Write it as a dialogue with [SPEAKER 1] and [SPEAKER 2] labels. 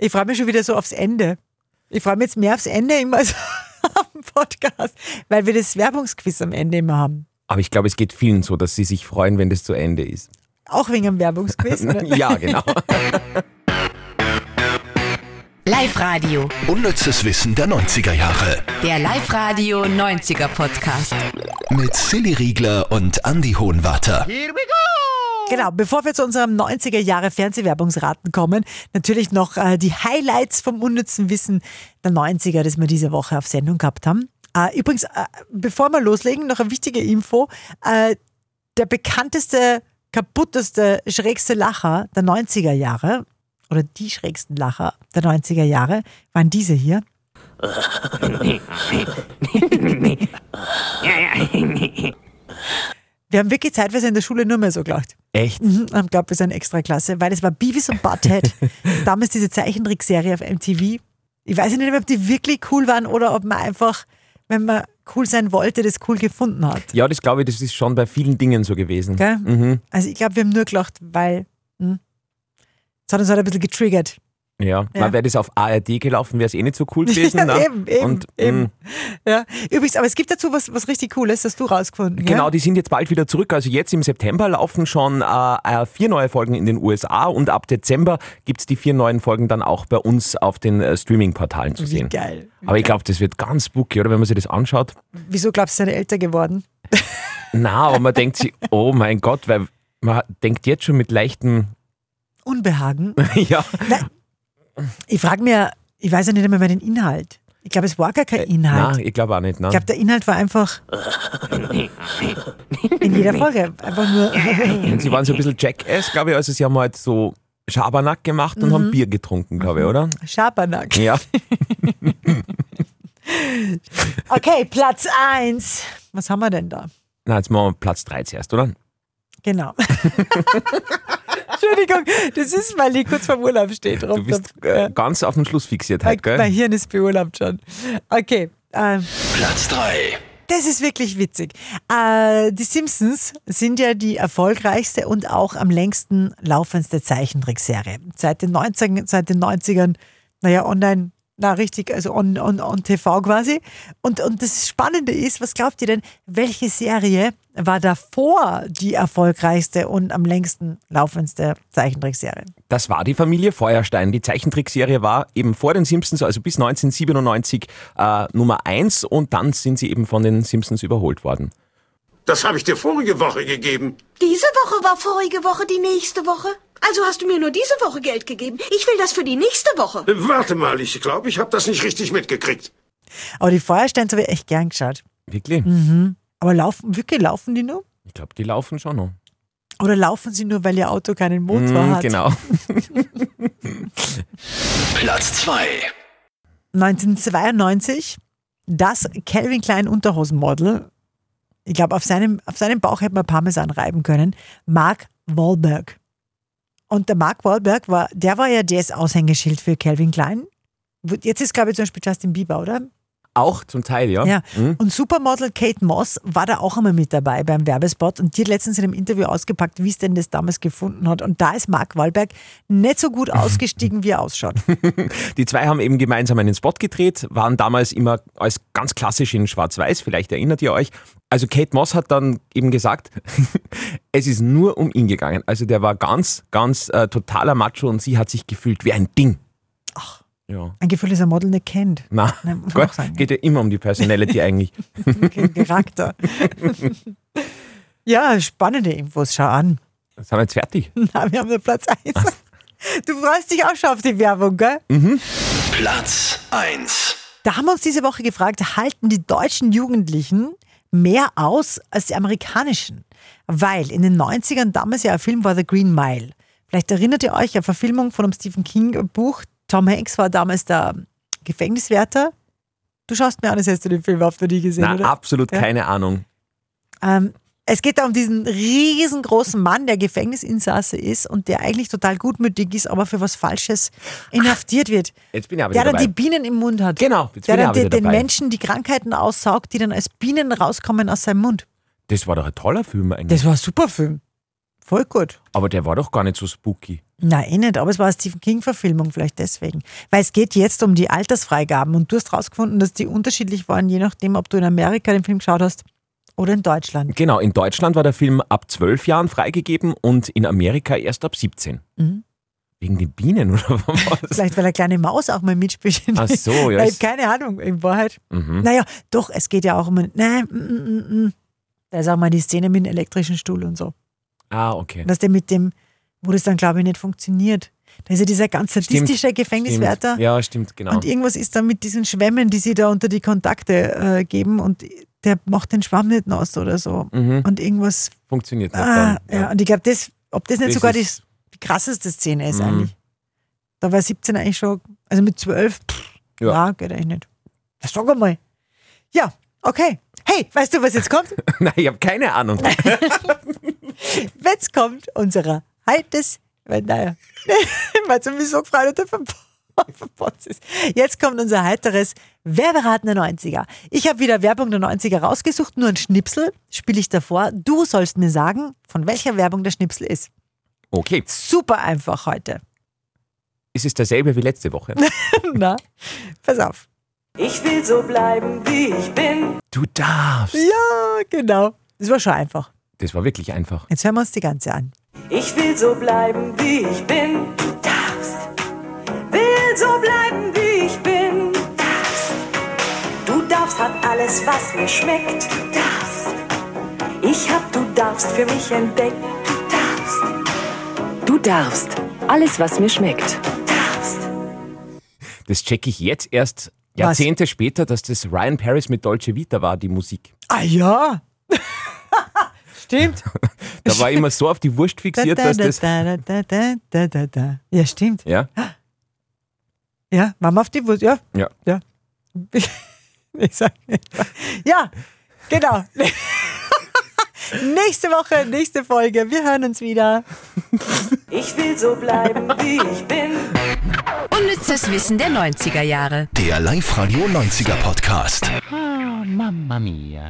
[SPEAKER 1] Ich freue mich schon wieder so aufs Ende. Ich freue mich jetzt mehr aufs Ende immer so am Podcast, weil wir das Werbungsquiz am Ende immer haben.
[SPEAKER 2] Aber ich glaube, es geht vielen so, dass sie sich freuen, wenn das zu Ende ist.
[SPEAKER 1] Auch wegen dem Werbungsquiz. oder?
[SPEAKER 2] ja, genau.
[SPEAKER 3] Live-Radio,
[SPEAKER 4] Unnützes Wissen der 90er Jahre.
[SPEAKER 3] der Live-Radio 90er Podcast.
[SPEAKER 4] Mit Silly Riegler und Andy Hohenwarter.
[SPEAKER 1] Genau, bevor wir zu unserem 90er Jahre Fernsehwerbungsraten kommen, natürlich noch äh, die Highlights vom unnützen Wissen der 90er, das wir diese Woche auf Sendung gehabt haben. Äh, übrigens, äh, bevor wir loslegen, noch eine wichtige Info. Äh, der bekannteste, kaputteste, schrägste Lacher der 90er Jahre oder die schrägsten Lacher der 90er Jahre waren diese hier. Wir haben wirklich zeitweise in der Schule nur mehr so gelacht.
[SPEAKER 2] Echt?
[SPEAKER 1] Mhm, Ich glaube, wir sind extra klasse, weil es war Beavis und Butthead. Damals diese Zeichentrickserie auf MTV. Ich weiß nicht, ob die wirklich cool waren oder ob man einfach, wenn man cool sein wollte, das cool gefunden hat.
[SPEAKER 2] Ja, das glaube ich, das ist schon bei vielen Dingen so gewesen.
[SPEAKER 1] Gell?
[SPEAKER 2] Mhm.
[SPEAKER 1] Also ich glaube, wir haben nur gelacht, weil hm, es hat uns halt ein bisschen getriggert.
[SPEAKER 2] Ja,
[SPEAKER 1] Ja.
[SPEAKER 2] Man, wäre das auf ARD gelaufen, wäre es eh nicht so cool gewesen.
[SPEAKER 1] Ja,
[SPEAKER 2] ne?
[SPEAKER 1] eben, eben,
[SPEAKER 2] Und, mm, hm.
[SPEAKER 1] eben.
[SPEAKER 2] mh,
[SPEAKER 1] Ja. Übrigens, aber es gibt dazu was, was richtig Cooles, das hast du rausgefunden.
[SPEAKER 2] Genau,
[SPEAKER 1] Gell?
[SPEAKER 2] die sind jetzt bald wieder zurück. Also jetzt im September laufen schon äh, äh, vier neue Folgen in den USA und ab Dezember gibt es die vier neuen Folgen dann auch bei uns auf den äh, Streaming-Portalen zu
[SPEAKER 1] Wie
[SPEAKER 2] sehen.
[SPEAKER 1] geil.
[SPEAKER 2] Aber ich glaube, das wird ganz spooky, oder? Wenn man sich das anschaut.
[SPEAKER 1] Wieso glaubst du, sie sind älter geworden?
[SPEAKER 2] Na, aber man denkt sich, oh mein Gott, weil man denkt jetzt schon mit leichten,
[SPEAKER 1] Unbehagen.
[SPEAKER 2] ja,
[SPEAKER 1] Ich frage mir, ich weiß ja nicht einmal mehr den Inhalt. Ich glaube, es war gar
[SPEAKER 2] Äh,
[SPEAKER 1] kein Inhalt.
[SPEAKER 2] na, ich glaube auch nicht. Na.
[SPEAKER 1] Ich glaube, der Inhalt war einfach in jeder Folge. Einfach nur.
[SPEAKER 2] Und sie waren so ein bisschen Jackass, glaube ich. Also sie haben halt so Schabernack gemacht und haben Bier getrunken, glaube ich, oder?
[SPEAKER 1] Schabernack.
[SPEAKER 2] Ja.
[SPEAKER 1] Okay, Platz 1. Was haben wir denn da?
[SPEAKER 2] Na, jetzt machen wir Platz 3 zuerst, oder?
[SPEAKER 1] Genau. Entschuldigung, das ist, weil ich kurz vorm Urlaub steht.
[SPEAKER 2] Du bist äh, ganz auf den Schluss fixiert halt,
[SPEAKER 1] mein
[SPEAKER 2] gell?
[SPEAKER 1] Hirn ist beurlaubt schon. Okay. Ähm,
[SPEAKER 4] Platz 3.
[SPEAKER 1] Das ist wirklich witzig. Äh, die Simpsons sind ja die erfolgreichste und auch am längsten laufendste Zeichentrickserie. Seit den 90ern, seit den 90ern naja, online, na richtig, also on, on, on TV quasi. Und, und das Spannende ist, was glaubt ihr denn, welche Serie war davor die erfolgreichste und am längsten laufendste Zeichentrickserie?
[SPEAKER 2] Das war die Familie Feuerstein. Die Zeichentrickserie war eben vor den Simpsons, also bis 1997 äh, Nummer 1 und dann sind sie eben von den Simpsons überholt worden.
[SPEAKER 5] Das habe ich dir vorige Woche gegeben.
[SPEAKER 6] Diese Woche war vorige Woche die nächste Woche. Also hast du mir nur diese Woche Geld gegeben. Ich will das für die nächste Woche.
[SPEAKER 5] Äh, Warte mal, ich glaube, ich habe das nicht richtig mitgekriegt.
[SPEAKER 1] Aber die Feuersteins habe ich echt gern geschaut.
[SPEAKER 2] Wirklich?
[SPEAKER 1] Aber laufen, wirklich laufen die nur?
[SPEAKER 2] Ich glaube, die laufen schon noch.
[SPEAKER 1] Oder laufen sie nur, weil ihr Auto keinen Motor
[SPEAKER 2] Mm,
[SPEAKER 1] hat?
[SPEAKER 2] genau.
[SPEAKER 4] Platz 2.
[SPEAKER 1] 1992 das Calvin Klein Unterhosenmodel, ich glaube, auf seinem, auf seinem Bauch hätte man Parmesan reiben können, Mark Wahlberg. Und der Mark Wahlberg war, der war ja das Aushängeschild für Calvin Klein. Jetzt ist, glaube ich, zum Beispiel Justin Bieber, oder?
[SPEAKER 2] Auch zum Teil, ja.
[SPEAKER 1] Ja.
[SPEAKER 2] Mm.
[SPEAKER 1] Und Supermodel Kate Moss war da auch einmal mit dabei beim Werbespot und die hat letztens in einem Interview ausgepackt, wie es denn das damals gefunden hat. Und da ist Mark Wahlberg nicht so gut ausgestiegen, wie er ausschaut.
[SPEAKER 2] Die zwei haben eben gemeinsam einen Spot gedreht, waren damals immer als ganz klassisch in Schwarz-Weiß, vielleicht erinnert ihr euch. Also Kate Moss hat dann eben gesagt, es ist nur um ihn gegangen. Also der war ganz, ganz äh, totaler Macho und sie hat sich gefühlt wie ein Ding. Ach. Ja.
[SPEAKER 1] Ein Gefühl, dass er Model nicht kennt.
[SPEAKER 2] Na,
[SPEAKER 1] Nein, muss man
[SPEAKER 2] Gott,
[SPEAKER 1] auch sagen,
[SPEAKER 2] geht ja immer um die Personality eigentlich.
[SPEAKER 1] Kein Charakter. ja, spannende Infos, schau an.
[SPEAKER 2] Sind wir jetzt fertig?
[SPEAKER 1] Na, wir haben nur Platz 1. Du freust dich auch schon auf die Werbung, gell?
[SPEAKER 4] Platz 1.
[SPEAKER 1] Da haben wir uns diese Woche gefragt, halten die deutschen Jugendlichen mehr aus als die amerikanischen? Weil in den 90ern damals ja ein Film war The Green Mile. Vielleicht erinnert ihr euch, eine Verfilmung von einem Stephen King-Buch. Tom Hanks war damals der Gefängniswärter. Du schaust mir an, als hättest du den Film auf nie gesehen,
[SPEAKER 2] Na,
[SPEAKER 1] oder?
[SPEAKER 2] absolut
[SPEAKER 1] Ja.
[SPEAKER 2] keine Ahnung.
[SPEAKER 1] Ähm, es geht da um diesen riesengroßen Mann, der Gefängnisinsasse ist und der eigentlich total gutmütig ist, aber für was Falsches inhaftiert wird.
[SPEAKER 2] Jetzt bin ich aber
[SPEAKER 1] Der
[SPEAKER 2] wieder
[SPEAKER 1] dann
[SPEAKER 2] dabei.
[SPEAKER 1] die Bienen im Mund hat.
[SPEAKER 2] Genau, jetzt
[SPEAKER 1] Der
[SPEAKER 2] bin ich
[SPEAKER 1] dann
[SPEAKER 2] auch wieder
[SPEAKER 1] den, den
[SPEAKER 2] dabei.
[SPEAKER 1] Menschen die Krankheiten aussaugt, die dann als Bienen rauskommen aus seinem Mund.
[SPEAKER 2] Das war doch ein toller Film eigentlich.
[SPEAKER 1] Das war ein super Film. Voll gut.
[SPEAKER 2] Aber der war doch gar nicht so spooky.
[SPEAKER 1] Nein, eh nicht, aber es war eine Stephen King-Verfilmung, vielleicht deswegen. Weil es geht jetzt um die Altersfreigaben und du hast rausgefunden, dass die unterschiedlich waren, je nachdem, ob du in Amerika den Film geschaut hast oder in Deutschland.
[SPEAKER 2] Genau, in Deutschland war der Film ab 12 Jahren freigegeben und in Amerika erst ab 17.
[SPEAKER 1] Mhm.
[SPEAKER 2] Wegen den Bienen oder was?
[SPEAKER 1] Vielleicht, weil eine kleine Maus auch mal mitspielt.
[SPEAKER 2] Ach so, ja.
[SPEAKER 1] Nein,
[SPEAKER 2] ist-
[SPEAKER 1] keine Ahnung, in Wahrheit.
[SPEAKER 2] Mhm.
[SPEAKER 1] Naja, doch, es geht ja auch um. ein- Nein, mm, mm, mm, mm. da ist auch mal die Szene mit dem elektrischen Stuhl und so.
[SPEAKER 2] Ah, okay.
[SPEAKER 1] Dass der mit dem, wo das dann, glaube ich, nicht funktioniert. Da ist ja dieser ganz sadistische Gefängniswärter.
[SPEAKER 2] Stimmt. Ja, stimmt, genau.
[SPEAKER 1] Und irgendwas ist dann mit diesen Schwämmen, die sie da unter die Kontakte äh, geben und der macht den Schwamm nicht nass oder so.
[SPEAKER 2] Mhm.
[SPEAKER 1] Und irgendwas.
[SPEAKER 2] Funktioniert nicht
[SPEAKER 1] Ah,
[SPEAKER 2] dann. Ja.
[SPEAKER 1] ja. Und ich glaube, das, ob das nicht
[SPEAKER 2] Das
[SPEAKER 1] sogar die,
[SPEAKER 2] ist-
[SPEAKER 1] die krasseste Szene ist
[SPEAKER 2] Mhm.
[SPEAKER 1] eigentlich. Da war 17 eigentlich schon, also mit 12, pff,
[SPEAKER 2] Ja.
[SPEAKER 1] ja. geht eigentlich nicht. Ja, sag mal. Ja, okay. Hey, weißt du, was jetzt kommt?
[SPEAKER 2] Nein, ich habe keine Ahnung.
[SPEAKER 1] Jetzt kommt unserer heites, weil naja, weil zum so gefreut und verpo- verpotzt ist. Jetzt kommt unser heiteres Werberaten der 90er. Ich habe wieder Werbung der 90er rausgesucht, nur ein Schnipsel spiele ich davor. Du sollst mir sagen, von welcher Werbung der Schnipsel ist.
[SPEAKER 2] Okay,
[SPEAKER 1] Super einfach heute.
[SPEAKER 2] es ist derselbe wie letzte Woche.
[SPEAKER 1] Na, pass auf.
[SPEAKER 7] Ich will so bleiben, wie ich bin.
[SPEAKER 2] Du darfst.
[SPEAKER 1] Ja, genau. Das war schon einfach.
[SPEAKER 2] Das war wirklich einfach.
[SPEAKER 1] Jetzt hören wir uns die ganze an.
[SPEAKER 7] Ich will so bleiben, wie ich bin. Du darfst. Will so bleiben, wie ich bin. Du darfst. Du darfst hat alles, was mir schmeckt. Du darfst. Ich hab du darfst für mich entdeckt. Du darfst. Du darfst alles, was mir schmeckt. Du darfst.
[SPEAKER 2] Das checke ich jetzt erst Jahrzehnte später, dass das Ryan Paris mit Dolce Vita war, die Musik.
[SPEAKER 1] Ah ja. Stimmt.
[SPEAKER 2] Da war ich immer so auf die Wurst fixiert, dass das.
[SPEAKER 1] Da, da, da, da, da, da. Ja, stimmt.
[SPEAKER 2] Ja,
[SPEAKER 1] Ja, Mama auf die Wurst. Ja,
[SPEAKER 2] ja.
[SPEAKER 1] ja. Ich sag nicht. Ja, genau. nächste Woche, nächste Folge. Wir hören uns wieder.
[SPEAKER 7] Ich will so bleiben, wie ich bin.
[SPEAKER 3] Unnützes Wissen der 90er Jahre.
[SPEAKER 4] Der Live-Radio 90er Podcast.
[SPEAKER 8] Ah, mamma mia.